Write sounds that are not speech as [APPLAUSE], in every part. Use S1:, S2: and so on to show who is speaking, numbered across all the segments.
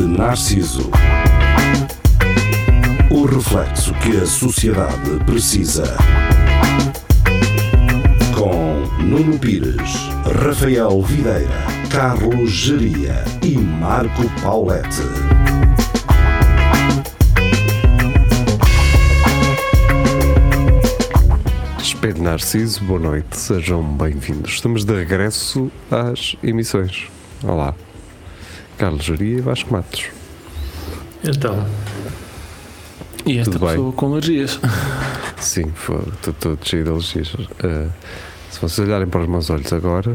S1: Narciso. O reflexo que a sociedade precisa. Com Nuno Pires, Rafael Videira, Carlos Geria e Marco Paulette.
S2: Espelho Narciso, boa noite, sejam bem-vindos. Estamos de regresso às emissões. Olá, Carlos Jaria e Vasco Matos.
S3: Então. E esta
S2: Tudo bem?
S3: pessoa com alergias.
S2: Sim, fo- estou todo cheio de elogios. Ah, se vocês olharem para os meus olhos agora,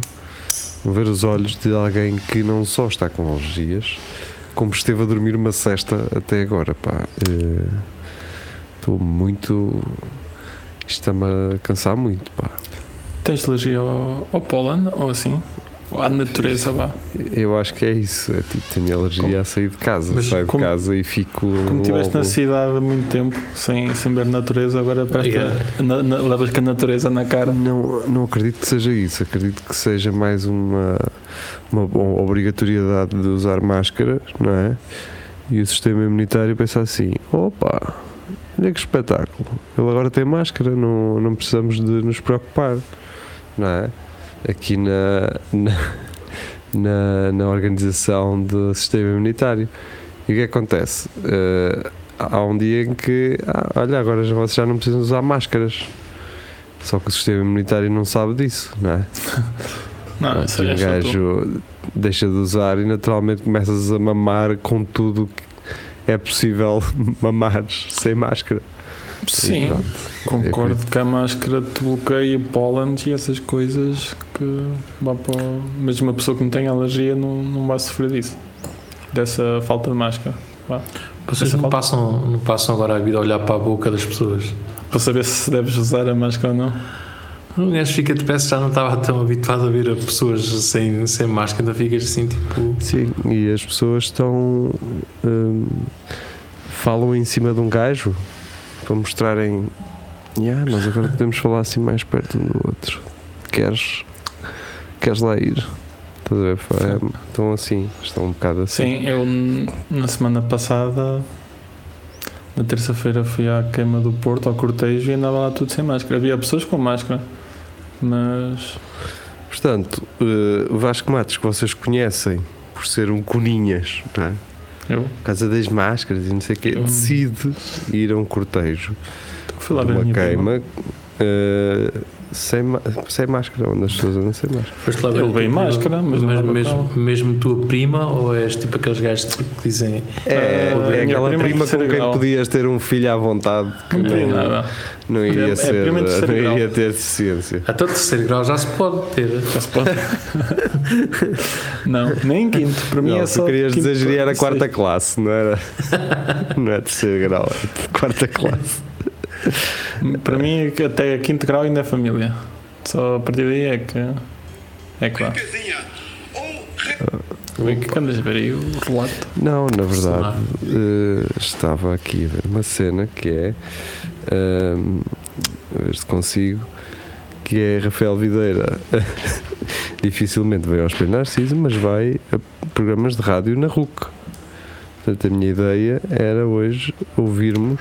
S2: vão ver os olhos de alguém que não só está com alergias, como esteve a dormir uma cesta até agora. pá. Ah, Estou muito. Isto está-me a cansar muito. Pá.
S3: Tens alergia ao, ao pólen ou assim? Ou à natureza, vá.
S2: Eu acho que é isso. É tipo, tenho alergia
S3: Como-
S2: a sair de casa.
S3: Mas
S2: Saio
S3: como-
S2: de casa e fico.
S3: Como estiveste
S2: logo-
S3: na cidade há muito tempo, sem, sem ver natureza, agora parece que na- na- levas com a natureza na cara.
S2: Não, não acredito que seja isso. Acredito que seja mais uma, uma bo- obrigatoriedade de usar máscara, não é? E o sistema imunitário pensa assim: opa, olha que espetáculo. Ele agora tem máscara, não, não precisamos de nos preocupar, não é? Aqui na, na, na, na organização do sistema imunitário. E o que acontece? Eh, há um dia em que, ah, olha, agora já- vocês já não precisam usar máscaras. Só que o sistema imunitário não sabe disso, não é?
S3: Não,
S2: Portanto,
S3: isso é
S2: um
S3: só tu.
S2: gajo deixa de usar e naturalmente começas a mamar com tudo que é possível [LAUGHS] mamar sem máscara. E
S3: Sim,
S2: pronto. é
S3: concordo que a máscara te bloqueia pólen e essas coisas que vá para. o- Mas uma pessoa que não tem alergia não, não vai sofrer disso. Dessa falta de máscara.
S4: Vocês não passam, não passam agora a vida a olhar para a boca das pessoas.
S3: Para saber se deves usar a máscara ou não.
S4: Um gajo fica de pé, já não estava tão habituado a ver a pessoas sem, sem máscara, ainda ficas assim tipo.
S2: Sim, e as pessoas estão. hum, falam em cima de um gajo para mostrarem. Yeah, nós agora podemos falar assim mais perto um do outro. Queres? Queres lá ir? Estás a ver? É, Estão assim, estão um bocado assim.
S3: Sim, eu n- na semana passada, na terça-feira, fui à queima do Porto, ao cortejo, e andava lá tudo sem máscara. Havia pessoas com máscara, mas.
S2: Portanto, eh, o Vasco Matos, que vocês conhecem por ser um coninhas, não é?
S3: Eu
S2: por causa das máscaras e não sei o quê,
S3: Hum.
S2: decide ir a um cortejo
S3: fui lá
S2: de
S3: ver a
S2: uma
S3: minha prima.
S2: queima eh, sem, ma- sem máscara, onde as pessoas andam sem máscara.
S4: Foste lá
S3: Eu
S4: ver a
S3: levei
S4: tua prima,
S3: máscara, mas não levava
S4: mesmo,
S3: tal.
S4: mesmo tua prima ou és tipo aqueles gajos que dizem.
S2: É,
S3: Ah,
S2: é
S3: minha
S2: aquela
S3: prima
S2: prima,
S3: de
S2: com
S3: terceiro
S2: quem
S3: grau.
S2: podias ter um filho à vontade que
S3: Não tem
S2: não,
S3: nada.
S2: não iria
S3: É
S2: ser,
S3: prima de terceiro
S2: não iria
S3: grau.
S2: ter deficiência.
S4: Até o terceiro grau já se pode ter.
S3: Já se
S5: [LAUGHS]
S3: pode. não, nem quinto. Para mim
S2: Não,
S3: é
S2: tu
S3: só.
S2: querias
S3: quinto,
S2: dizer gerir era
S3: sexto.
S2: quarta classe, não era? [LAUGHS] não é terceiro grau, é quarta classe.
S3: Para mim, até quinto grau ainda é família. Só a partir daí é que. É claro. Bem que quando ver aí o relato.
S2: Não, na verdade,
S4: Personagem.
S2: eh, estava aqui a ver uma cena que é. ahm, a ver se consigo. Que é Rafael Videira. [LAUGHS] Dificilmente vai ao Espelho Narciso, mas vai a programas de rádio na RUC. Portanto, a minha ideia era hoje ouvirmos.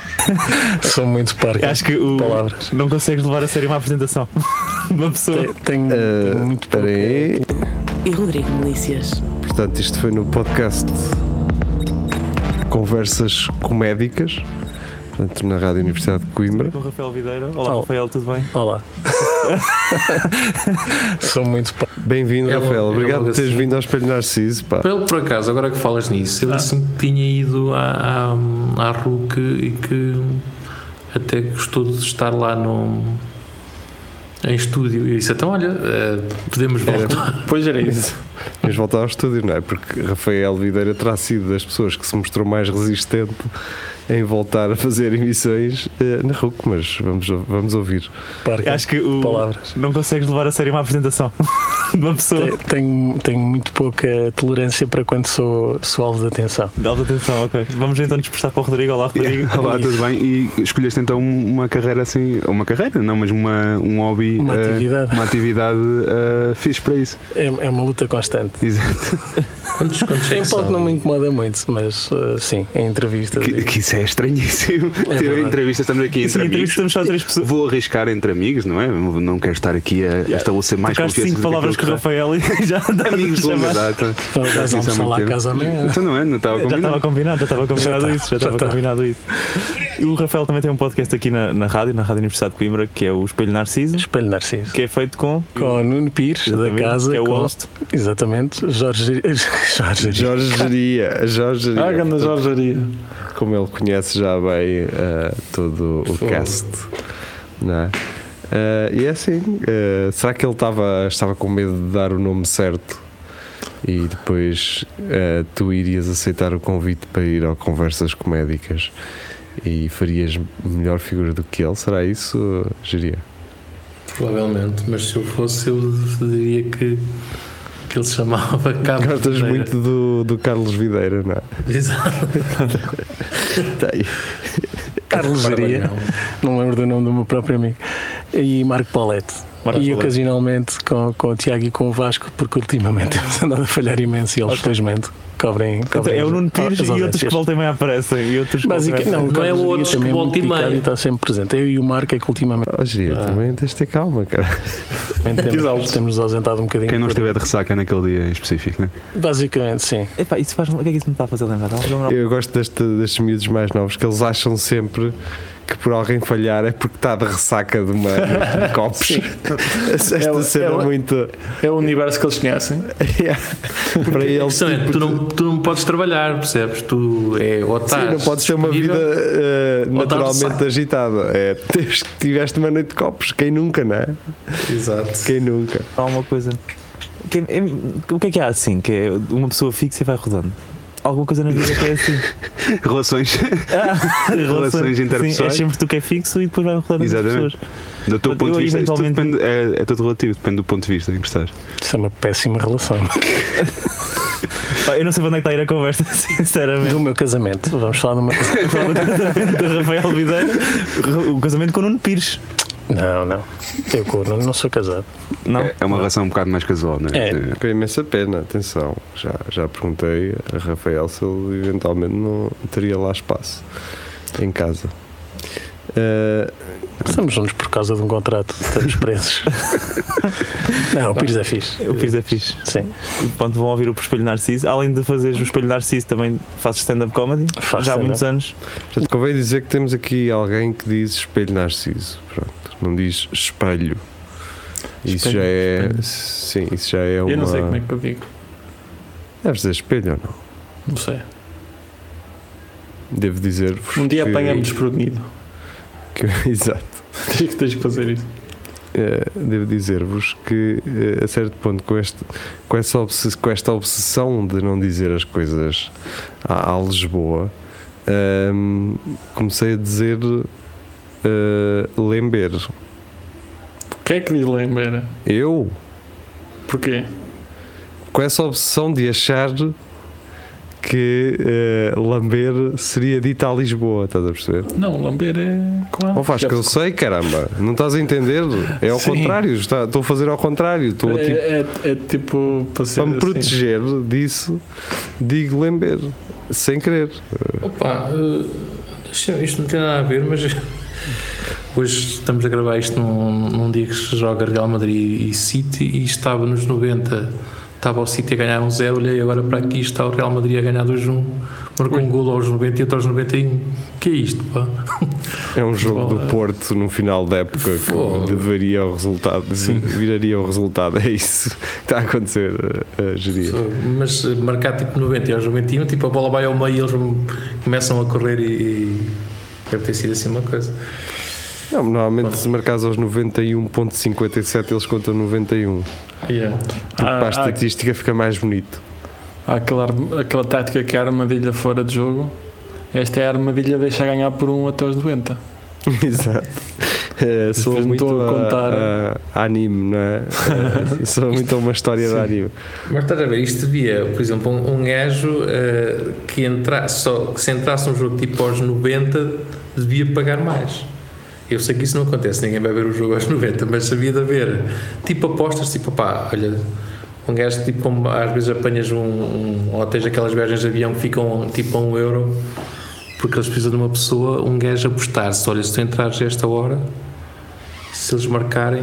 S4: São muito parcos.
S5: Acho que o-
S4: palavras.
S5: não consegues levar a sério uma apresentação de uma pessoa.
S2: Tenho muito Eh, aí.
S6: e Rodrigo Milícias.
S2: Portanto, isto foi no podcast Conversas Comédicas, portanto, na Rádio Universidade de Coimbra.
S5: Com o Rafael Videira. Olá,
S4: Olá.
S5: Rafael, tudo bem?
S4: Olá. São muito parcos.
S2: Bem-vindo,
S4: É logo-
S2: Rafael.
S4: é
S2: Obrigado
S4: logo
S2: por teres
S4: assim.
S2: vindo ao Espelho Narciso. Pá.
S4: Pelo por acaso, agora que falas nisso, ele
S3: Ah.
S4: disse-me que tinha ido à, à, à RUC e que até gostou de estar lá no, em estúdio. E disse: então, olha, eh, podemos voltar.
S3: Pois era isso.
S2: Mas voltar ao estúdio, não é? Porque Rafael Videira terá sido das pessoas que se mostrou mais resistente em voltar a fazer emissões eh, na RUC, mas vamos, vamos ouvir.
S7: Parca,
S5: Acho que o-
S7: palavras.
S5: Não consegues levar a sério uma apresentação [LAUGHS] de uma pessoa.
S7: Te- Tenho, tenho muito pouca tolerância para quando sou, sou alvo de atenção.
S5: Dá-lhe atenção, ok. Vamos então dispersar para o Rodrigo. Olá, Rodrigo.
S8: [LAUGHS] Olá, tudo bem? E escolheste então uma carreira assim, uma carreira, não, mas uma, um hobby,
S7: Uma
S8: eh,
S7: atividade.
S8: uma atividade eh, fixe para isso.
S7: É, é uma luta constante.
S8: Exato.
S5: [LAUGHS]
S4: Quantos, quantos é
S7: Em
S4: que
S7: palco
S4: são?
S7: não me incomoda muito, mas eh, sim, em entrevistas.
S8: Que, que isso é estranhíssimo. Ter
S7: verdade.
S8: entrevistas, estamos aqui entre
S5: É Sim,
S8: amigos.
S5: entrevistamos só três pessoas.
S8: Vou arriscar entre amigos, não é? Não quero estar aqui a a estabelecer mais
S5: Tocaste
S8: confiança.
S5: cinco palavras com o
S8: do que aquilo
S5: Rafael e [LAUGHS] já
S8: que- é.
S5: dá
S8: Amigos de longa data.
S7: Então, vais
S8: Isso há
S7: almoçar
S8: muito
S7: lá à
S8: tempo.
S7: casa amanhã.
S8: Então não é? Não estava
S5: Já estava
S8: combinado.
S5: combinado, já estava combinado
S7: Já
S5: isso, já
S7: tá, já
S5: estava
S7: tá.
S5: combinado isso. E o Rafael também tem um podcast aqui na, na rádio, na Rádio Universidade de Coimbra, que é o Espelho Narciso,
S7: Espelho Narciso.
S5: que é feito com.
S7: Com o Nuno Pires, da
S5: Exatamente,
S7: casa.
S5: que é o
S7: com-
S5: host.
S7: Exatamente. Jorge. [LAUGHS] Jorge.
S2: Jorge Geria, Jorge Geria,
S3: Ah, grande
S2: portanto,
S3: Jorgeria.
S2: como ele conhece já bem eh, todo o cast, não é? Eh, e é assim, eh, será que ele estava, estava com medo de dar o nome certo e depois eh, tu irias aceitar o convite para ir ao Conversas Comédicas e farias melhor figura do que ele? Será isso, Geria?
S4: Provavelmente, mas se eu fosse, eu diria que, que ele se [LAUGHS] chamava Cabo.
S2: Gostas
S4: Pereira.
S2: muito do, do Carlos Videira, não é?
S4: Exato.
S2: Tá aí.
S7: Carlos Geria. Não lembro do nome do meu próprio amigo. E Marco Paulette.
S5: Marco
S7: e
S5: Paulette.
S7: ocasionalmente com, com o Tiago e com o Vasco, porque ultimamente [LAUGHS] temos andado a falhar imenso e eles, felizmente, cobrem.
S5: Então,
S7: cobrem
S5: é o Nuno Pires
S7: as
S5: e outros que
S7: ausências.
S5: voltam e meia aparecem. E outros que voltam e meia
S7: Basicamente, não,
S5: aparecem.
S4: Não
S7: o
S4: é
S7: Carlos
S4: o outro
S7: Geria também é
S4: que
S7: muito
S4: volta e
S7: picado
S4: meia.
S7: e está sempre presente. Eu e o Marco é que ultimamente
S2: Ó, Geria, Oh, também tens de ter calma, cara.
S7: temos, temos nos ausentado um bocadinho.
S8: Quem não estiver de ressaca naquele dia em específico, né?
S5: [LAUGHS]
S7: Basicamente, sim.
S5: Epá, isso faz, o que é que isso me está a fazer lembrar? Está a fazer lembrar-
S2: Eu gosto deste, destes miúdos mais novos que eles acham sempre que por alguém falhar é porque está de ressaca de uma de copos. Esta
S3: Ela-
S2: cena é
S3: ela-
S2: muito.
S3: É o universo que eles conhecem.
S2: É Para
S4: A
S2: eles,
S4: questão é,
S2: tipo,
S4: tu não, tu não podes trabalhar, percebes? Tu é ou estás
S2: Sim, não podes ter uma vida
S4: disponível,
S2: eh,
S4: ou está
S2: naturalmente
S4: ressaca.
S2: agitada. É, tens- tiveste uma noite de copos, quem nunca, não é?
S4: Exato.
S2: Quem nunca?
S5: Há uma coisa. Que é- é- o que é que há assim? Que é uma pessoa fixa e vai rodando. Alguma coisa na vida que é assim.
S8: Relações [LAUGHS] Relações
S5: Sim,
S8: interpessoais.
S5: É sempre tu que é fixo e depois vai rodando as pessoas.
S8: Exatamente. do teu
S5: Eu,
S8: ponto de vista. isto tudo
S5: eventualmente-
S8: depende- É é tudo relativo, depende do ponto de vista em que estás.
S7: Isso é uma péssima relação.
S5: Pá, Eu não sei para onde é que está a ir a conversa, [LAUGHS] sinceramente.
S7: Do meu casamento. Vamos falar de uma.
S5: Fala do casamento do Rafael Videira, o casamento com o Nuno Pires.
S7: Não, não. Eu com o Nuno não sou casado.
S5: Não?
S8: É- É uma relação um bocado mais casual, não é?
S7: É.
S2: Com imensa pena, atenção. Já, já perguntei a Rafael se ele eventualmente não teria lá espaço em casa. Eh,
S7: Estamos juntos por causa de um contrato, estamos presos. não, o Pires é fixe.
S5: O Pires é fixe.
S7: Sim,
S5: Pronto, vão ouvir o Espelho Narciso. Além de fazeres o Espelho Narciso, também fazes stand-up comedy.
S7: Faço
S5: Já há
S7: Ah, stand-up.
S5: muitos anos.
S2: Portanto, convém dizer que temos aqui alguém que diz espelho narciso. Pronto, não diz espelho. Isso
S5: Espelho,
S2: já é.
S5: espelho.
S2: Sim, isso já é uma.
S3: Eu não sei como é que eu digo.
S2: Deves dizer espelho ou não?
S3: Não sei.
S2: Devo dizer.
S3: Um dia
S2: que-
S3: apanha-me desprevenido.
S2: [LAUGHS]
S3: [LAUGHS]
S2: que- Exato.
S3: Tens que- Tens que fazer isso.
S2: Eh, devo dizer-vos que, eh, a certo ponto, com, este, com, essa obse- com esta obsessão de não dizer as coisas à, à Lisboa, ahm, comecei a dizer. eh, lember.
S3: Quem é que diz lembra?
S2: Eu?
S3: Porquê?
S2: com essa obsessão de achar que eh, lamber seria dita a Lisboa, estás a perceber?
S3: Não, lamber é. Claro.
S2: Ó Vasco, eu sei, caramba, não estás a entender? É ao
S3: Sim.
S2: contrário, está- estou a fazer ao contrário, estou a,
S3: é,
S2: tipo,
S3: é, é tipo. Para, ser
S2: para me
S3: assim.
S2: proteger disso, digo lamber, sem querer.
S4: Opa, eh, isto, isto não tem nada a ver, mas [LAUGHS] hoje estamos a gravar isto num, num dia que se joga Real Madrid e City e estava nos 90, estava o City a ganhar um 0, olhei agora para aqui está o Real Madrid a ganhar 2-1, marcou um golo aos 90 e outro aos 91. Que é isto, pá?
S2: É um jogo do Porto no final da época que
S4: Foda.
S2: deveria o resultado, viraria o resultado, [LAUGHS] é isso que está a acontecer, eh, a, gerir.
S4: Mas eh, marcar tipo 90 e aos 91, tipo a bola vai ao meio e eles começam a correr e. e deve ter sido assim uma coisa.
S2: Não, normalmente se marcares aos 91.57 eles contam 91.
S3: Yeah.
S2: Porque tipo- para a
S3: Há, há, [LAUGHS]
S2: estatística fica mais bonito. [LAUGHS]
S3: é há aquela, arma- aquela tática que a armadilha fora de jogo Esta é a armadilha deixa ganhar por um até aos 90.
S2: Exato. Eh, sou
S3: Depois me
S2: muito
S3: estou a
S2: a,
S3: contar. eh.
S2: a- a anime, não
S3: [LAUGHS]
S2: é? Eh, sou muito a uma história de anime.
S4: Mas estás a ver, isto via, por exemplo, um, um gajo eh, que entra, só, que se entrasse um jogo tipo aos 90 devia pagar mais. Eu sei que isso não acontece, ninguém vai ver o jogo aos 90, mas havia de haver tipo apostas, tipo pá, olha, um gajo tipo como às vezes apanhas um, um ou tens aquelas viagens de avião que ficam tipo a um euro porque eles precisam de uma pessoa, um gajo apostar-se, olha, se tu entrares a esta hora, se eles marcarem,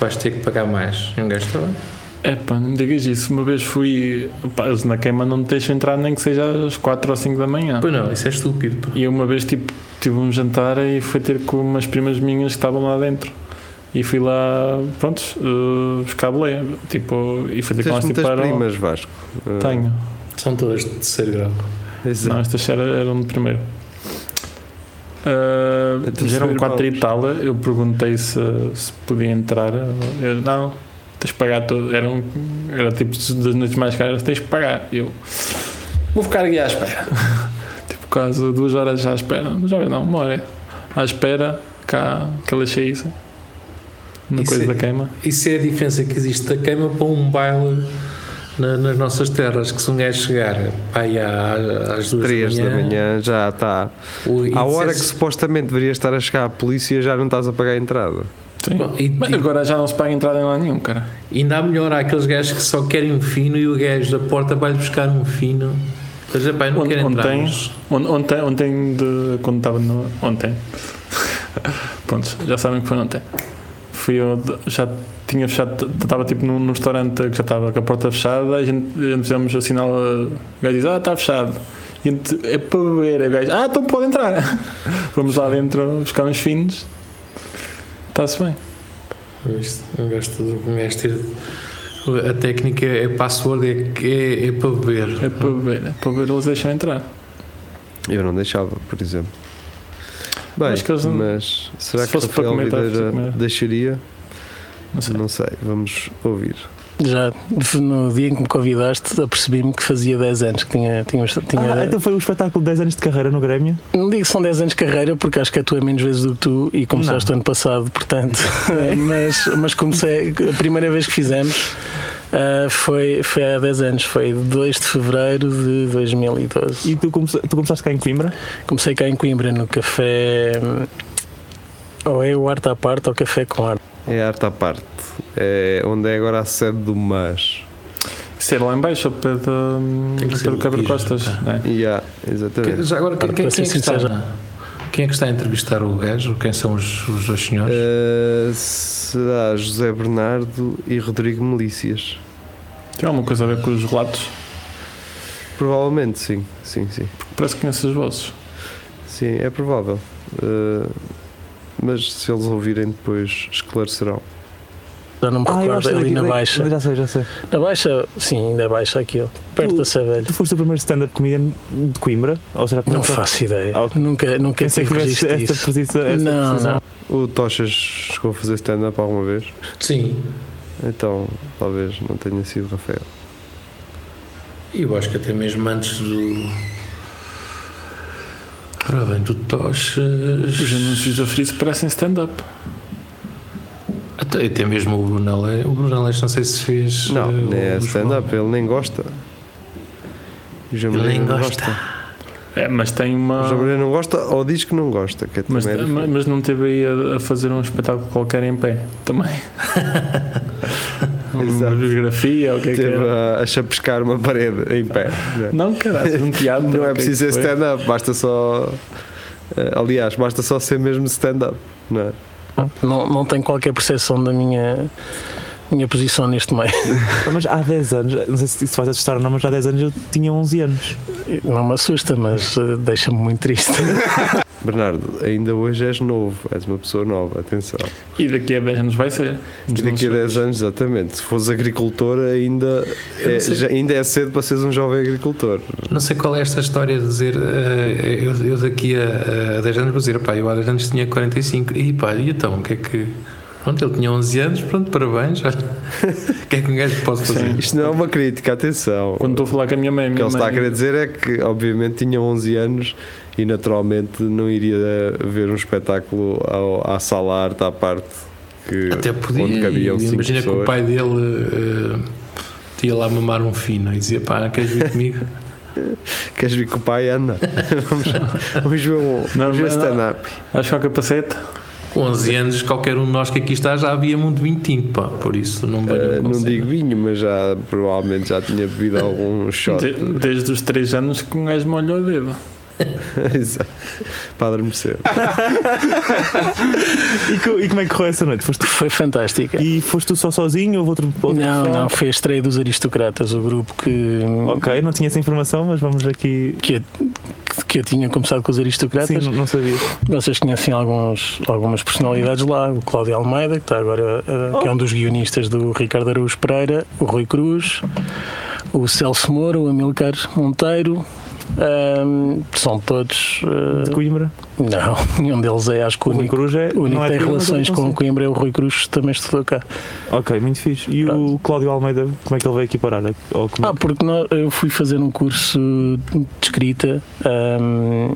S4: vais ter que pagar mais. E um gajo está bem.
S3: Epá, não me digas isso. Uma vez fui. Pá, eles na queima não me deixam entrar nem que seja às 4 ou 5 da manhã.
S4: Pois não, isso é estúpido. pá.
S3: E eu uma vez tipo, tive um jantar e fui ter com umas primas minhas que estavam lá dentro. E fui lá, pronto, uh, buscar boleia. Tipo, e fui ter com
S2: Tens
S3: elas tipo
S2: muitas
S3: era-
S2: primas, Vasco. Eh,
S3: Tenho.
S4: São todas de terceiro grau.
S2: Exato.
S3: Não, estas era- eram de primeiro. Ah,
S2: Então,
S3: já eram
S2: são
S3: 4 e
S2: irmãos.
S3: tal. Eu perguntei se, se podia entrar. Eu, não, tens de pagar tudo. Era, um- era tipo das noites mais caras, tens de pagar. Eu vou ficar aqui à espera. tipo, quase duas horas à espera. Duas horas não, uma hora. À espera, cá, aquela cheiça. Na
S4: Isso
S3: coisa
S4: é-
S3: da queima.
S4: Isso é a diferença que existe da queima para um baile na- nas nossas terras, que se um gajo chegar pá, aí à- às duas
S2: 3
S4: da
S2: da
S4: manhã,
S2: manhã já está.
S4: o- e
S2: À hora que
S4: dissesse-
S2: supostamente deveria estar a chegar a polícia, já não estás a pagar a entrada.
S3: Sim.
S4: Bom, e-
S3: Mas
S4: e-
S3: agora já não se paga entrada em lá nenhum, cara.
S4: ainda há melhor, há aqueles gajos que só querem um fino e o gajo da porta vai buscar um fino. Mas é pá, eu não
S3: Onde-
S4: quero
S3: onde
S4: entrar.
S3: tem?
S4: mas-
S3: On- Ontem, ontem de, quando estava no.
S4: [LAUGHS]
S3: Ontem. Pronto, já sabem que foi ontem. Fui eu, de- já tinha fechado, estava tipo num, num restaurante que já estava com a porta fechada, a gente, a gente fizemos o sinal, a- o gajo diz, ah, está fechado. E a gente, é para beber, aí o gajo, ah, então pode entrar. [LAUGHS] Vamos lá dentro buscar uns finos. Está-se bem.
S4: Isto, Um gajo todo um gajo ter- A técnica é password, é, é, é para beber.
S3: É para beber, é para beber, eles deixam entrar.
S2: Eu não deixava, por exemplo. Bem,
S3: Acho que eles não-
S2: mas será
S3: se
S2: que
S3: fosse
S2: Rafael
S3: para comer, estava a
S2: Videira
S3: comer.
S2: deixaria?
S3: Não sei.
S2: Não sei, vamos ouvir.
S7: é? Já no dia em que me convidaste, apercebi-me que fazia 10 anos que tinha. tinha, tinha-
S5: Ah, então foi um espetáculo de 10 anos de carreira no Grêmio?
S7: Não digo que são 10 anos de carreira, porque acho que atuei menos vezes do que tu e começaste ano passado,
S5: [LAUGHS]
S7: portanto. [LAUGHS] mas, mas comecei, a primeira vez que fizemos ah, foi, foi há 10 anos, foi 2 de fevereiro de 2012.
S5: E tu, comece- tu começaste cá em Coimbra?
S7: Comecei cá em Coimbra, no café. hum, Ou é o arte à parte ou café com arte.
S2: É arte à parte. É onde é agora a sede do MAS.
S3: Isso era lá em baixo, ao pé de,
S4: Tem que
S3: ao
S4: ser
S3: pé do Cabra
S4: Luquija,
S3: Costas. né?
S2: E há, exatamente.
S4: Já agora, quem, quem-
S7: Para
S4: quem
S7: ser
S4: é que está,
S7: sincero.
S4: na- quem é que está a entrevistar o gajo? Quem são os, os dois senhores?
S2: Eh, será José Bernardo e Rodrigo Melícias.
S3: Tem alguma coisa a ver com os relatos?
S2: Provavelmente sim, sim, sim.
S3: Parece que conheço as vozes.
S2: Sim, é provável. Eh, mas se eles ouvirem depois esclarecerão.
S7: Já não me
S5: Ah, eu
S7: recordo,
S5: acho
S7: é ali
S5: que-
S7: na Baixa.
S5: Já sei, já sei.
S7: Na Baixa, sim, na Baixa aquilo, perto
S5: Tu-
S7: da Savelha.
S5: Tu foste o primeiro stand-up comedian de Coimbra? Ou será que
S7: Não
S5: foste?
S7: faço ideia.
S5: Ah,
S7: Nunca, nunca
S5: Pensei que
S7: tive
S5: tivesse
S7: registro
S5: esta
S7: disso.
S5: posição. Esta
S7: Não,
S5: posição.
S7: não.
S2: O Tochas chegou a fazer stand-up alguma vez?
S4: Sim,
S2: Então talvez não tenha sido Rafael.
S4: e eu acho que até mesmo antes do. Ora bem, do
S3: Os
S4: Toches.
S3: anúncios da Frizz parecem stand-up.
S4: Até, até mesmo o Bruno Aleixo. O Bruno Aleixo, não sei se fez.
S2: Não,
S4: eh,
S2: nem é
S4: o João.
S2: stand-up, ele nem gosta. O João
S4: Ele
S2: Maria
S4: nem
S2: não
S4: gosta.
S3: É, mas tem
S2: O João
S3: uma.
S2: Maria não gosta ou diz que não gosta, que é
S3: Mas,
S2: também é
S3: ma-
S2: diferente.
S3: mas não teve aí a, a fazer um espetáculo qualquer em pé
S2: [LAUGHS]
S3: também. uma
S2: Exato.
S3: biografia, o que é que
S2: Teve
S3: é?
S2: a, a chapiscar uma parede em
S4: [LAUGHS]
S2: pé.
S3: Não, caralho, um teatro.
S2: Não
S3: o que
S2: é preciso ser
S3: que foi?
S2: stand-up, basta só. eh, Aliás, basta só ser mesmo stand-up. Não, é?
S7: Não, não tenho qualquer percepção da minha, minha posição neste meio. [LAUGHS]
S5: Mas há 10 anos, não sei se isso vais assustar ou não, mas há 10 anos eu tinha 11 anos.
S7: Não me assusta, mas eh, deixa-me muito triste. [LAUGHS]
S2: Bernardo, ainda hoje és novo, és uma pessoa nova, atenção.
S3: E daqui a 10 anos vai ser.
S2: E daqui a 10 anos, exatamente, se fores agricultor, ainda
S4: Eu
S2: é,
S4: não sei.
S2: já- ainda é cedo para seres um jovem agricultor.
S4: Não sei qual é esta história de dizer. eh, eu, eu daqui a, a 10 anos vou dizer, pá, eu há 10 anos tinha 45. E pá, e então? O que é que. Pronto, ele tinha 11 anos, pronto, parabéns. olha. [LAUGHS] O que é que um gajo pode fazer?
S2: Isto não é uma crítica, atenção.
S3: Quando estou a falar com a minha mãe, a
S2: O que
S3: minha
S2: ele está a
S3: mãe
S2: querer dizer é que, obviamente, tinha 11 anos e naturalmente não iria ver um espetáculo ao, à sala arte à parte que
S4: Até podia.
S2: onde cabiam
S4: e
S2: 5
S4: imagina
S2: pessoas.
S4: que o pai dele eh, ia lá mamar um fino e dizia: pá, queres vir comigo?
S2: Queres vir com o pai?
S4: [LAUGHS]
S2: Anda. vamos, vamos ver um
S3: Não,
S2: vamos ver
S3: mas não.
S2: stand-up.
S3: Acho que é o capacete.
S4: Com 11 anos, qualquer um de nós que aqui está já havia muito vinho tinto, pá, por isso não
S2: Eh,
S4: venho
S2: Não digo vinho, mas já provavelmente já tinha bebido
S4: [LAUGHS]
S2: algum shot.
S3: De- desde os 3 anos que um gajo molha o dedo.
S2: [LAUGHS] Exato. Para adormecer.
S4: Ah,
S5: E, co- e como é que correu essa noite? Foste,
S7: Foi fantástica.
S5: e foste tu só sozinho? Houve outro. outro
S7: Não,
S5: pessoal?
S7: não, um. foi a estreia dos Aristocratas, o grupo que,
S5: Ok, não tinha essa informação, mas vamos aqui.
S7: que, eu, que eu tinha começado com os
S5: Sim,
S7: Aristocratas.
S5: não, não sabia.
S7: Vocês conhecem alguns, algumas personalidades lá, o Cláudio Almeida, que está agora, eh, que é um dos guionistas do Ricardo Araújo Pereira, o Rui Cruz, o Celso Moura, o Amilcar Monteiro, ahm, são todos. eh,
S5: De Coimbra.
S7: não, [LAUGHS] nenhum deles é, acho que
S5: O
S7: o
S5: Rui
S7: único.
S5: Cruz é.
S7: O único
S5: não
S7: que
S5: é
S7: tem
S5: de Coimbra,
S7: relações
S5: mas
S7: com
S5: não
S7: Coimbra é o Rui Cruz, que também estudou cá.
S5: sei. Ok, muito fixe. E o Cláudio Almeida, como é que ele veio aqui parar? Ou como- é
S7: Ah, porque nó- eu fui fazer um curso de escrita ahm,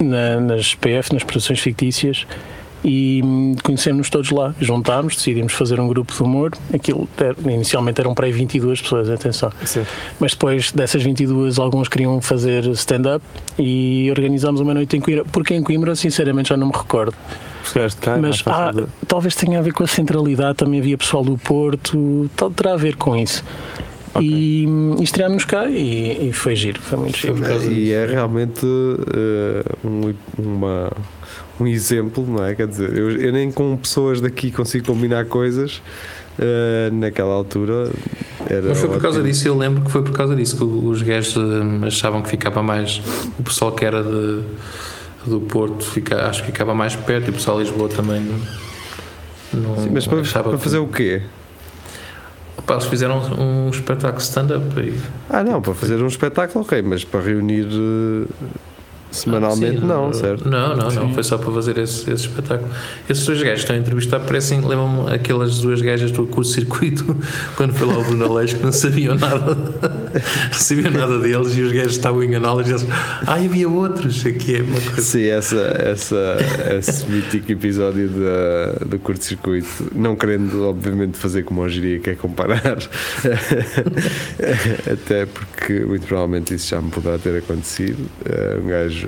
S7: na- nas PF, nas produções fictícias, e hum, conhecemos-nos todos lá. Juntámos, decidimos fazer um grupo de humor. Aquilo era- inicialmente eram para aí 22 pessoas, atenção.
S5: É Certo.
S7: Mas depois dessas 22, alguns queriam fazer stand-up e organizámos uma noite em Coimbra. Porque em Coimbra, sinceramente, já não me recordo.
S5: Chegaste cá, é mais
S7: Mas
S5: fácil
S7: ah,
S5: de-
S7: talvez tenha a ver com a centralidade, também havia pessoal do Porto, tal- terá a ver com isso. E, hum, e estreámos cá e, e foi giro, foi muito giro.
S2: E é realmente eh, um, uma- um exemplo, não é? Quer dizer, eu, eu nem com pessoas daqui consigo combinar coisas. eh, naquela altura era.
S4: Mas foi por causa
S2: ótimo.
S4: disso, eu lembro que foi por causa disso que os gajos hum, achavam que ficava mais. O pessoal que era de, do Porto, fica, acho que ficava mais perto, e o pessoal de Lisboa também. Não,
S2: Sim, mas para,
S4: achava
S2: para
S4: que-
S2: fazer o quê?
S4: Pá, eles fizeram um espetáculo stand-up aí.
S2: Ah, não,
S4: tipo,
S2: para fazer um espetáculo, ok, mas para
S4: Ah,
S2: reunir
S4: é
S2: eh, semanalmente,
S4: Sim, eh,
S2: não, certo?
S4: Não, não,
S3: Sim.
S4: não. Foi só para fazer esse, esse espetáculo. Esses dois gajos que estão a entrevistar parecem, lembram-me aquelas duas gajas do curto-circuito, [LAUGHS] quando foi lá o Bruno Aleixo, que não sabiam nada, [LAUGHS] não sabiam nada deles e os gajos estavam enganados. E eles, ah, havia outros. Aqui é uma
S2: [LAUGHS]
S4: coisa.
S2: Sim, essa, essa, esse mítico episódio da, do curto-circuito, não querendo, obviamente, fazer como hoje diria, que é comparar, [LAUGHS] até porque muito provavelmente isso já me poderá ter acontecido. Eh, Um gajo.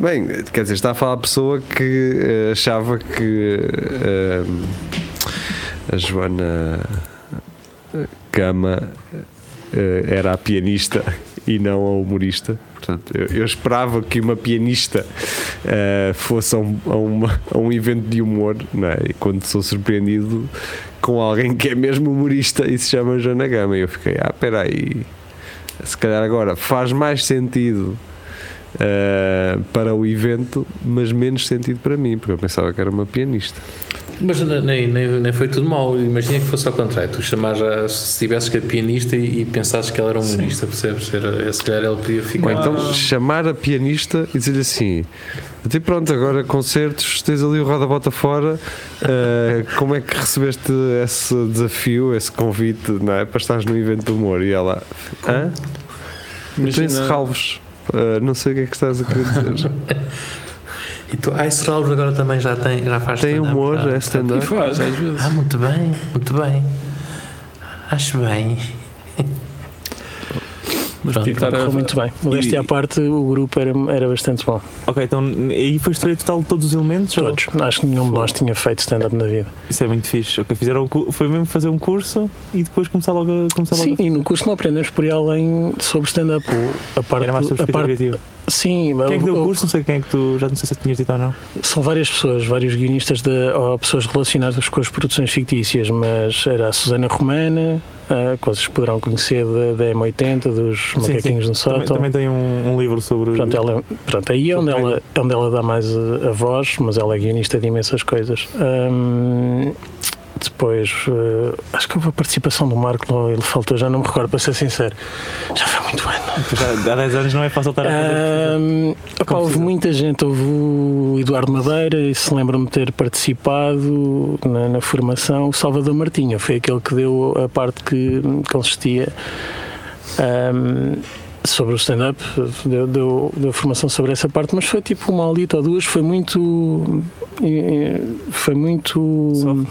S2: Bem, quer dizer, está a falar a pessoa que eh, achava que eh, a Joana Gama eh, era a pianista e não a humorista. Portanto, eu, eu esperava que uma pianista eh, fosse a um, a uma- a um evento de humor, não é? E quando sou surpreendido com alguém que é mesmo humorista e se chama Joana Gama, eu fiquei, ah, espera aí, se calhar agora faz mais sentido eh, para o evento, mas menos sentido para mim, porque eu pensava que era uma pianista.
S4: Mas ne- nem, nem, nem foi tudo mal. Imagina que fosse ao contrário. Tu chamares, a, se tivesses que a pianista e, e pensasses que ela era um humorista, percebes? Era, se calhar ele podia
S2: Ou
S4: ficar.
S2: então chamar a pianista e dizer-lhe assim: até pronto, agora concertos, tens ali o Roda Bota Fora. eh, como é que recebeste esse desafio, esse convite, não é? Para estares no evento do humor? E ela, hã? Estou em Serralves. Eh, não sei o que é que estás a querer dizer.
S4: E tu, ah, esse Raul agora também já tem, já faz
S2: Tem
S4: stand-up,
S2: humor,
S4: já-
S2: é stand-up.
S3: E faz, às vezes.
S4: Ah, muito bem, muito bem. Acho bem.
S3: Mas
S4: Pronto,
S3: tentar
S7: Correu muito bem. Modéstia à parte, o grupo era, era bastante bom.
S5: Ok, então aí foi estreia total de todos os elementos? ou-
S7: Todos. Acho que nenhum de nós tinha feito stand-up na vida.
S5: Isso é muito fixe. Ok, fizeram o cu- foi mesmo fazer um curso e depois começar logo a. Começar
S7: Sim,
S5: logo
S7: e no curso não aprendemos por aí além sobre stand-up. A
S5: a... Era mais
S7: parte,
S5: sobre
S7: a
S5: escrita
S7: parte
S5: criativa.
S7: sim,
S5: Quem é que deu
S7: o-
S5: o curso? Não sei quem é que tu. Já não sei se tinhas dito ou não.
S7: São várias pessoas, vários guionistas de, ou pessoas relacionadas com as produções fictícias, mas era a Susana Romana, ah, que vocês poderão conhecer da, da M80, dos Macaquinhos no
S5: Também,
S7: Sótão.
S5: também tem um, um livro sobre.
S7: então. Pronto, ela, pronto, aí é onde ela, eh, é onde ela dá mais a, a voz, mas ela é guionista de imensas coisas. Ahm, Depois, eh, acho que houve a participação do Marco, não, ele faltou, já não me recordo, para ser sincero. Já foi há muito ano.
S5: [LAUGHS] Já há 10 anos não é fácil estar a fazer.
S7: Ahm, opá, houve muita gente, houve o Eduardo Madeira, e se lembro-me de ter participado na, na formação, o Salvador Martinho, foi aquele que deu a parte que consistia ahm, sobre o stand-up, deu, deu, deu formação sobre essa parte, mas foi tipo uma aulita ou duas, foi muito. eh, Foi muito.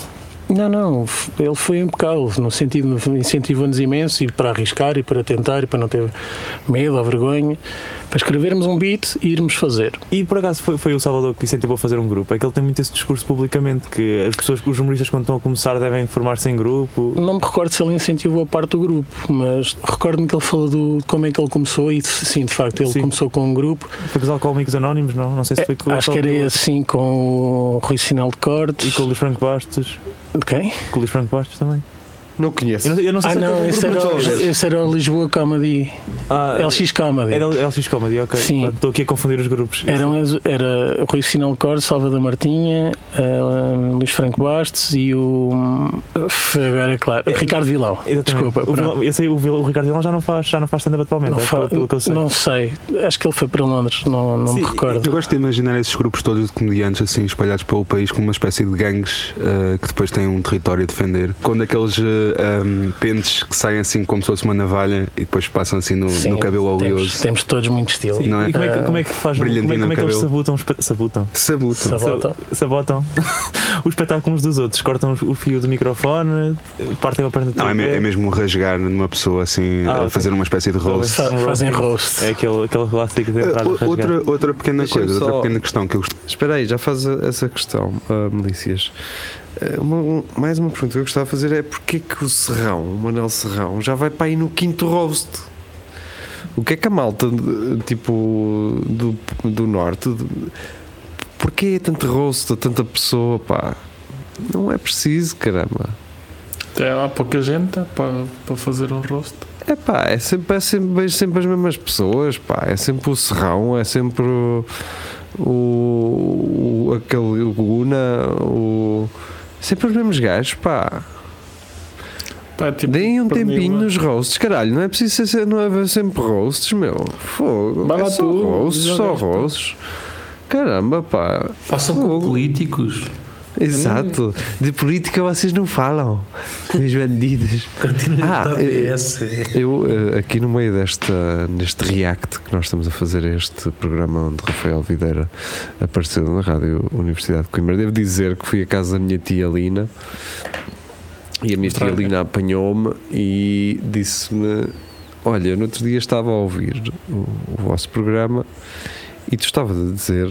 S7: Não, não, f- ele foi impecável, no sentido, incentivou-nos imenso e para arriscar e para tentar e para não ter medo ou vergonha, para escrevermos um beat e irmos fazer.
S5: E por acaso foi, foi o Salvador que incentivou a fazer um grupo. É que ele tem muito esse discurso publicamente que as pessoas, os humoristas, quando estão a começar, devem formar-se em grupo.
S7: Não me recordo se ele incentivou a parte do grupo, mas recordo-me que ele falou do, de como é que ele começou e sim, de facto, ele
S5: Sim.
S7: começou com um grupo,
S5: Foi com os Alcoólicos Anónimos, não? Não sei se foi com o
S7: É, acho que era
S5: Salvador.
S7: assim com o Rui Sinal de
S5: E
S7: Cortes.
S5: com o Luís Franco Bastos.
S7: De quem?
S5: Com o Luís Franco Bastos também.
S2: Não
S5: Eu
S2: conheço.
S5: não, eu não sei
S7: Ah,
S5: se é
S7: não,
S5: aquele
S7: esse
S5: grupo
S7: era, o-
S5: de jovens.
S7: esse era o Lisboa Comedy,
S5: Ah,
S7: LX Comedy.
S5: Era o LX Comedy, ok.
S7: Sim.
S5: Pronto, Estou aqui a confundir os grupos.
S7: Eram as- era Rui Sinal Cor, Salvador Martinha, eh, Luís Franco Bastos e o. Foi agora, claro. Ricardo Vilão.
S5: Exatamente.
S7: Desculpa,
S5: o,
S7: pronto.
S5: Vilão- eu sei, o, Vil- o Ricardo Vilão já não faz, já não faz stand-up atualmente,
S7: Não,
S5: é
S7: fa-
S5: pelo- pelo que eu sei.
S7: não sei. Acho que ele foi para Londres, não, não me
S5: Sim,
S7: recordo.
S8: Eu gosto de imaginar esses grupos todos de comediantes assim espalhados pelo país como uma espécie de gangues eh, que depois têm um território a defender. Quando aqueles eh, ahm, pentes que saem assim como se fosse uma navalha e depois passam assim no,
S7: Sim,
S8: no cabelo
S7: temos,
S8: oleoso.
S7: temos todos muito estilo.
S5: Sim,
S8: não é?
S5: E como é, que, como é que faz? Como é,
S8: Brilhantina
S5: como é que
S8: no
S5: eles
S8: cabelo.
S5: sabutam? os pe- Sabutam.
S8: Sabuto.
S7: Sabota.
S5: Sa- Sabotam [LAUGHS] os espetáculos dos outros, cortam o fio do microfone, partem a perna do
S8: Não, é, me-
S5: tripé.
S8: é mesmo rasgar numa pessoa assim,
S5: Ah,
S8: a
S5: ok.
S8: fazer uma espécie de roast.
S7: Fa- Fazem roast.
S5: É aquele, aquele clássico de
S8: Eh,
S5: entrar
S8: o- outra, outra pequena
S2: Deixa-me
S8: coisa,
S2: só-
S8: outra pequena questão que eu gost-
S2: Espera aí, já faz a- essa questão, ah, milícias. Ah, uma- um- mais uma pergunta que eu gostava de fazer é porque é que o Serrão, o Manel Serrão, já vai para aí no quinto roast? O que é que a malta, de- tipo, do, do norte, de, porquê é tanto roast, a tanta pessoa, pá? Não é preciso, caramba.
S3: É, há pouca gente para, para fazer um rosto.
S2: É pá, é sempre, é sempre, vejo sempre as mesmas pessoas, pá. É sempre o Serrão, é sempre o. o, o- aquele. o Guna, o. Sempre os mesmos gajos, pá.
S3: Pá, é tipo,
S2: Deem um
S3: para mim,
S2: tempinho
S3: uma-
S2: nos roasts, caralho. Não é preciso ser, não haver sempre roasts, meu. Fogo.
S3: Vai
S2: é
S3: lá
S2: só
S3: tu,
S2: roasts,
S3: já
S2: só
S3: gasta.
S2: roasts. Caramba, pá.
S4: Façam com políticos.
S2: Exato.
S3: Hum.
S2: De política vocês não falam. [LAUGHS] Meus bandidos.
S4: Cantina
S2: Ah,
S4: da ABS.
S2: Eu, eh, aqui no meio desta, neste react que nós estamos a fazer a este programa onde Rafael Videira apareceu na Rádio Universidade de Coimbra, devo dizer que fui à casa da minha tia Lina e a minha tia Lina apanhou-me e disse-me: Olha, no outro dia estava a ouvir o, o vosso programa e tu estava a dizer.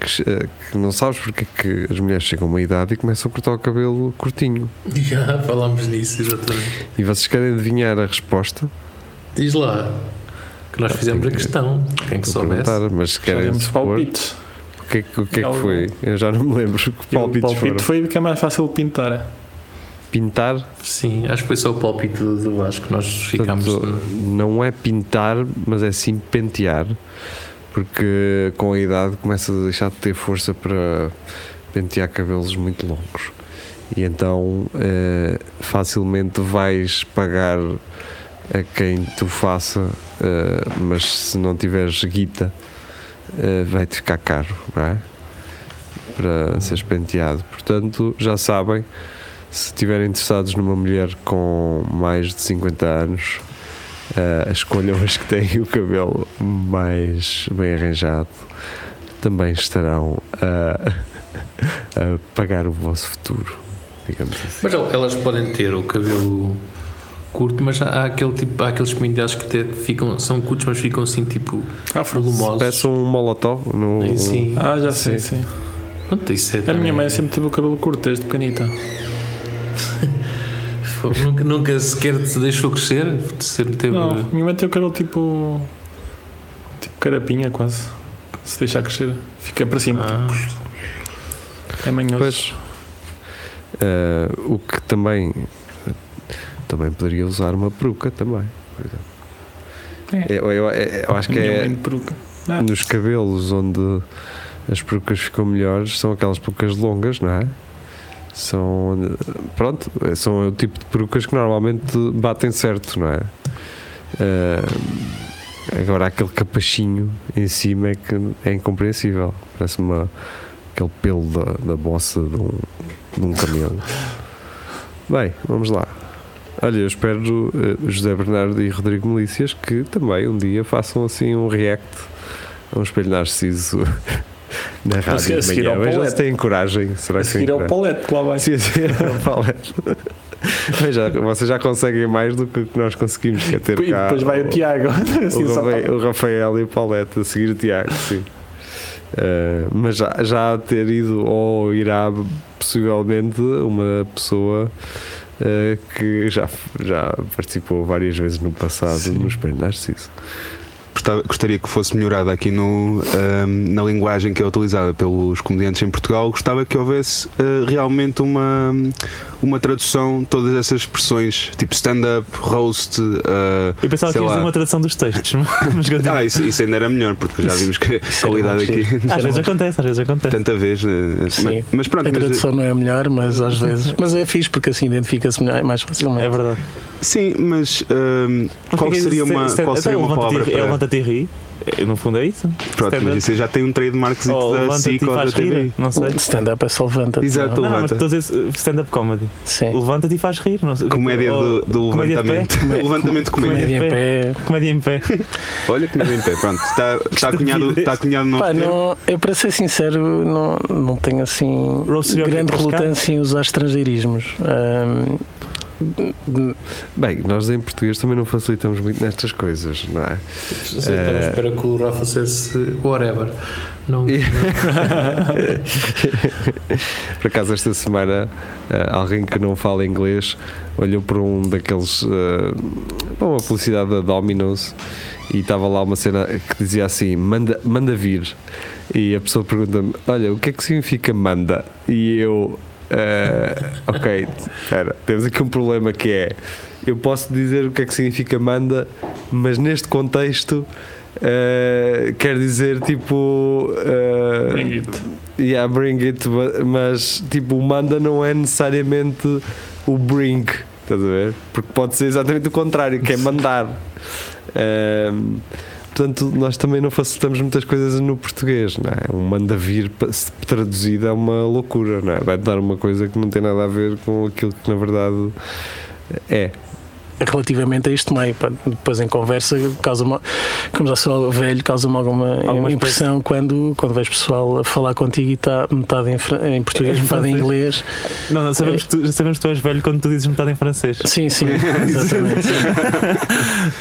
S2: Que, che- eh, que não sabes porque é que as mulheres chegam a uma idade e começam a cortar o cabelo curtinho.
S4: Já falámos nisso, exatamente.
S2: E vocês querem adivinhar a resposta?
S4: Diz lá que nós fizemos a questão. Quem que
S2: Vou
S4: soubesse.
S2: perguntar, mas se
S3: Já
S2: querem
S3: demos
S2: supor, o
S3: palpites.
S2: que é que, o que, é que
S3: Algo.
S2: foi? Eu já não me lembro [LAUGHS] que
S3: E O
S2: palpites foram.
S3: palpite foi o que é mais fácil de pintar. é.
S2: Pintar,
S4: Sim, acho que foi só o palpite do do Vasco que nós ficámos.
S2: portanto, não é pintar, mas é sim pentear, porque com a idade começa a deixar de ter força para pentear cabelos muito longos. E então eh, facilmente vais pagar a quem tu faça, eh, mas se não tiveres guita, eh, vai-te ficar caro, não é? Para seres penteado. Portanto, já sabem, se estiverem interessados numa mulher com mais de 50 anos, eh, escolham as que têm o cabelo mais bem arranjado. Também estarão a, a pagar o vosso futuro, digamos assim.
S4: Mas el- elas podem ter o cabelo curto, mas há, há aquele tipo, há aqueles penteados que até ficam, são curtos, mas ficam assim tipo volumosos.
S2: Peçam um molotov no. um
S4: Sim, Sim.
S3: Ah, já sei, sim.
S4: Pronto, isso é
S3: A
S4: também-
S3: minha mãe sempre teve o cabelo curto, desde pequenita.
S4: Pô, Nunca, nunca sequer te deixou crescer? um Sempre teve.
S3: Não, a minha mãe tem o cabelo tipo. tipo carapinha quase. Se deixar crescer, fica para cima.
S4: Ah,
S2: Ah.
S3: É manhoso.
S2: Pois. Eh, o que também. Também poderia usar uma peruca também. por exemplo. Eu, eu- eu- eu acho que
S3: É. Minha
S2: é.
S3: mãe de peruca. Ah,
S2: nos cabelos onde as perucas ficam melhores são aquelas perucas longas, não é? São, pronto, são o tipo de perucas que normalmente batem certo, não é? Ah, agora, aquele capachinho em cima é que é incompreensível. Parece uma, aquele pelo da, da bossa de um, de um caminhão. Bem, vamos lá. Olha, eu espero eh, José Bernardo e Rodrigo Melícias que também um dia façam assim um react a um espelho narciso [LAUGHS] na rádio
S3: seguir- a
S2: de
S3: seguir
S2: manhã.
S3: ao
S2: Vejam se
S3: Paulette.
S2: têm coragem. Será
S3: A
S2: que têm
S3: seguir é o
S2: coragem?
S3: palete que lá vai.
S2: Sim, sim, [LAUGHS] é o Paulette. Mas já- vocês já conseguem mais do que o que nós conseguimos, que é ter
S3: e
S2: cá
S3: depois vai o Tiago. [LAUGHS] Assim,
S2: o,
S3: só para-
S2: Rafael, o Rafael e o Paulette a seguir o Tiago, sim. Eh, mas já, já ter ido ou irá possivelmente uma pessoa eh, que já, já participou várias vezes no passado no Espelho Narciso.
S8: Gostava- gostaria que fosse melhorada aqui no, ahm, na linguagem que é utilizada pelos comediantes em Portugal. Gostava que houvesse ah, realmente uma, uma tradução de todas essas expressões, tipo stand-up, roast. ah,
S5: Eu pensava
S8: Sei
S5: que ias
S8: lá.
S5: dizer uma tradução dos textos, mas continua.
S8: ah, isso, isso ainda era melhor, porque já vimos que a qualidade aqui [LAUGHS]
S5: Às vezes acontece, às vezes acontece.
S8: tanta vez. ah,
S7: Sim.
S8: Mas, mas pronto,
S7: A
S8: mas-
S7: tradução não é a melhor, mas às vezes. Mas é fixe porque assim identifica-se melhor, mais
S5: É
S7: facilmente.
S5: verdade. é
S8: sim, mas ahm, qual
S5: Porque
S8: seria uma,
S5: stand-
S8: qual
S5: até
S8: seria
S5: o
S8: uma palavra
S5: levanta-te e- É
S8: para.
S5: levanta-te e ri. É, No fundo é isso.
S8: Pronto, mas
S5: stand-up.
S8: isso já tem um trademark
S5: Ou
S8: da
S5: levanta-te e
S8: SIC ou da
S5: faz
S8: TV.
S5: rir. Não sei.
S7: Stand-up é só levanta.
S8: Exato,
S5: Não, mas
S8: levanta.
S5: estou a dizer uh, stand-up comedy.
S7: Sim.
S5: Levanta-te e faz rir. Não sei.
S8: É. Comédia
S5: Ou-
S8: do, do
S5: comédia de pé?
S8: levantamento. [LAUGHS] Levantamento de comédia.
S7: Comédia em pé.
S5: Comédia em pé.
S8: Olha que medo em pé, pronto. Está, está cunhado, está cunhado no
S7: Pá, não, eu, para ser sincero, não, não tenho assim
S5: Roast serial
S7: grande
S5: killer,
S7: relutância em usar estrangeirismos. Ahm,
S2: Bem, nós em português também não facilitamos muito nestas coisas, não é?
S4: Estamos
S2: Eh.
S4: espera que o Rafa dissesse whatever. Não, É
S2: [LAUGHS] Por acaso, esta semana, eh, alguém que não fala inglês olhou para um daqueles. eh, para uma publicidade da Domino's e estava lá uma cena que dizia assim: manda, manda vir. E a pessoa pergunta-me: Olha, o que é que significa manda? E eu. eh, ok, espera, temos aqui um problema que é: eu posso dizer o que é que significa manda, mas neste contexto. eh, quer dizer tipo eh,
S3: Bring it.
S2: Yeah, bring it, bu- mas tipo, o manda não é necessariamente o bring, estás a ver? Porque pode ser exatamente o contrário, que é mandar. Ahm, portanto, nós também não facilitamos muitas coisas no português, não é? Um manda vir pa- se traduzido é uma loucura, não é? Vai dar uma coisa que não tem nada a ver com aquilo que na verdade é.
S7: relativamente a este meio. pá. Depois em conversa causa-me, como já sou velho, causa-me alguma
S5: Alguma
S7: impressão quando, quando vejo pessoal a falar contigo e está metade em, fra- em português,
S5: Em
S7: metade em
S5: francês.
S7: inglês.
S5: Não, não, sabemos, que tu, sabemos que tu és velho quando tu dizes metade em francês.
S7: Sim, sim, exatamente. sim.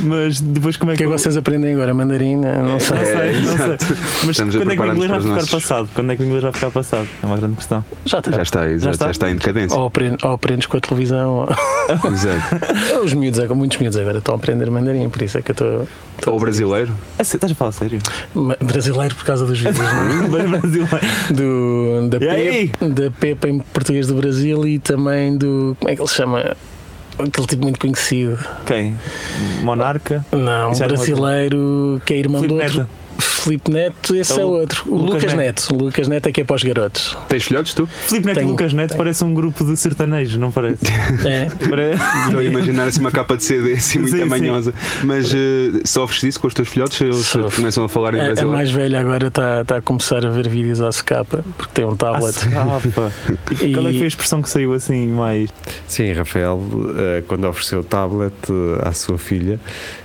S5: Mas depois como é
S7: O que
S5: que.
S7: é que vocês aprendem agora? Mandarim? Não não sei.
S5: Não sei,
S8: É,
S5: não
S8: exato.
S5: sei. Mas
S8: Estamos a
S5: quando é que o
S8: preparar-nos
S5: inglês vai
S8: para os
S5: ficar
S8: nossos.
S5: passado? Quando é que o inglês vai ficar passado? É uma grande questão.
S7: Já está.
S8: Já está, exato, já está,
S5: está?
S8: em decadência.
S7: Ou, aprend- ou aprendes com a televisão.
S8: [LAUGHS] Exato.
S7: ou- [LAUGHS] Os miúdos, agora- muitos miúdos agora estão a aprender mandarim, por isso é que eu estou. estou
S8: Ou
S7: a dizer
S8: brasileiro?
S5: É sé- Estás a falar sério?
S7: isso. Ma- Brasileiro por
S5: [LAUGHS]
S7: causa dos vídeos. não é?
S8: [LAUGHS]
S5: Bem brasileiro.
S7: do, da,
S5: E aí?
S7: Pep, da Pepa em português do Brasil e também do. Como é que ele se chama? Aquele tipo muito conhecido.
S5: Quem? Monarca?
S7: Não,
S5: Isso era um
S7: brasileiro que é irmão
S5: Filipe
S7: do outro.
S5: Neto.
S7: Filipe Neto, esse
S5: É
S7: é,
S5: o-
S7: outro. O
S5: Lucas
S7: Lucas, Neto. O Lucas Neto é que é para os garotos.
S5: [LAUGHS]
S8: Tens filhotes tu?
S5: Filipe Neto
S7: Tenho-
S5: e Lucas Neto
S7: tenho.
S5: parece um grupo de sertanejos, não
S8: [LAUGHS]
S5: parece?
S7: É.
S5: Pare-
S8: Estou a imaginar assim uma capa de CD assim muito
S5: Sim, sim.
S8: amanhosa. Mas eh, sofres disso com os teus filhotes? Eles
S7: Sofro. É,
S8: começam a falar em
S7: A,
S5: é-
S7: a
S8: brasileiro?
S7: mais velha agora está está a começar a ver vídeos à secapa, porque tem um
S5: Ah,
S7: tablet.
S5: se- ah, pá.
S7: E-
S5: Qual é que foi a expressão que saiu assim mais?
S2: Sim, Rafael, eh, quando ofereceu o tablet eh, à sua filha,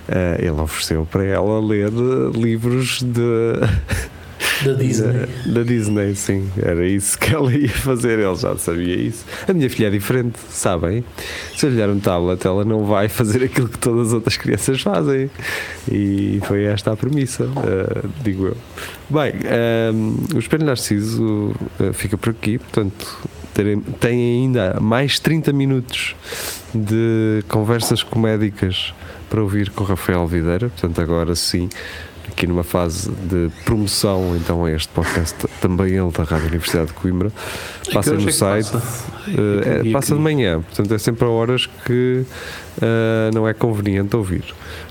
S2: eh, ele ofereceu para ela ler eh, livros de,
S4: da Disney.
S2: [LAUGHS] Da, da Disney, sim. Era isso que ela ia fazer, ele já sabia isso. A minha filha é diferente, sabem? Se eu lhe dar um tablet, ela não vai fazer aquilo que todas as outras crianças fazem. E foi esta a premissa, eh, digo eu. Bem, ehm, o Espelho Narciso eh, fica por aqui, portanto, terem- tem ainda mais 30 minutos de conversas comédicas para ouvir com o Rafael Videira, portanto, agora sim. aqui numa fase de promoção, então, a este podcast, t- também ele da Rádio Universidade de Coimbra. Passem
S4: horas
S2: no
S4: é que
S2: site.
S4: passa?
S2: Eh, é-
S4: dia que-
S2: passa de manhã, portanto é sempre a horas que eh, não é conveniente ouvir.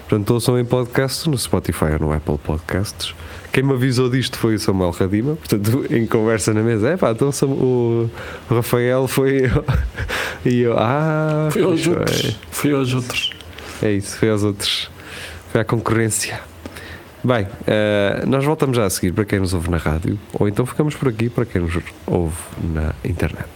S2: Portanto, ouçam em podcast no Spotify ou no Apple Podcasts. Quem me avisou disto foi o Samuel Radima, portanto, [LAUGHS] em conversa na mesa, é pá, então Sam- o Rafael foi [LAUGHS] eu. e eu, ah,
S3: Fui aos
S2: pois foi.
S3: outros. Fui aos outros.
S2: É isso, foi aos outros. Foi à concorrência. Bem, eh, nós voltamos já a seguir para quem nos ouve na rádio, ou então ficamos por aqui para quem nos ouve na internet.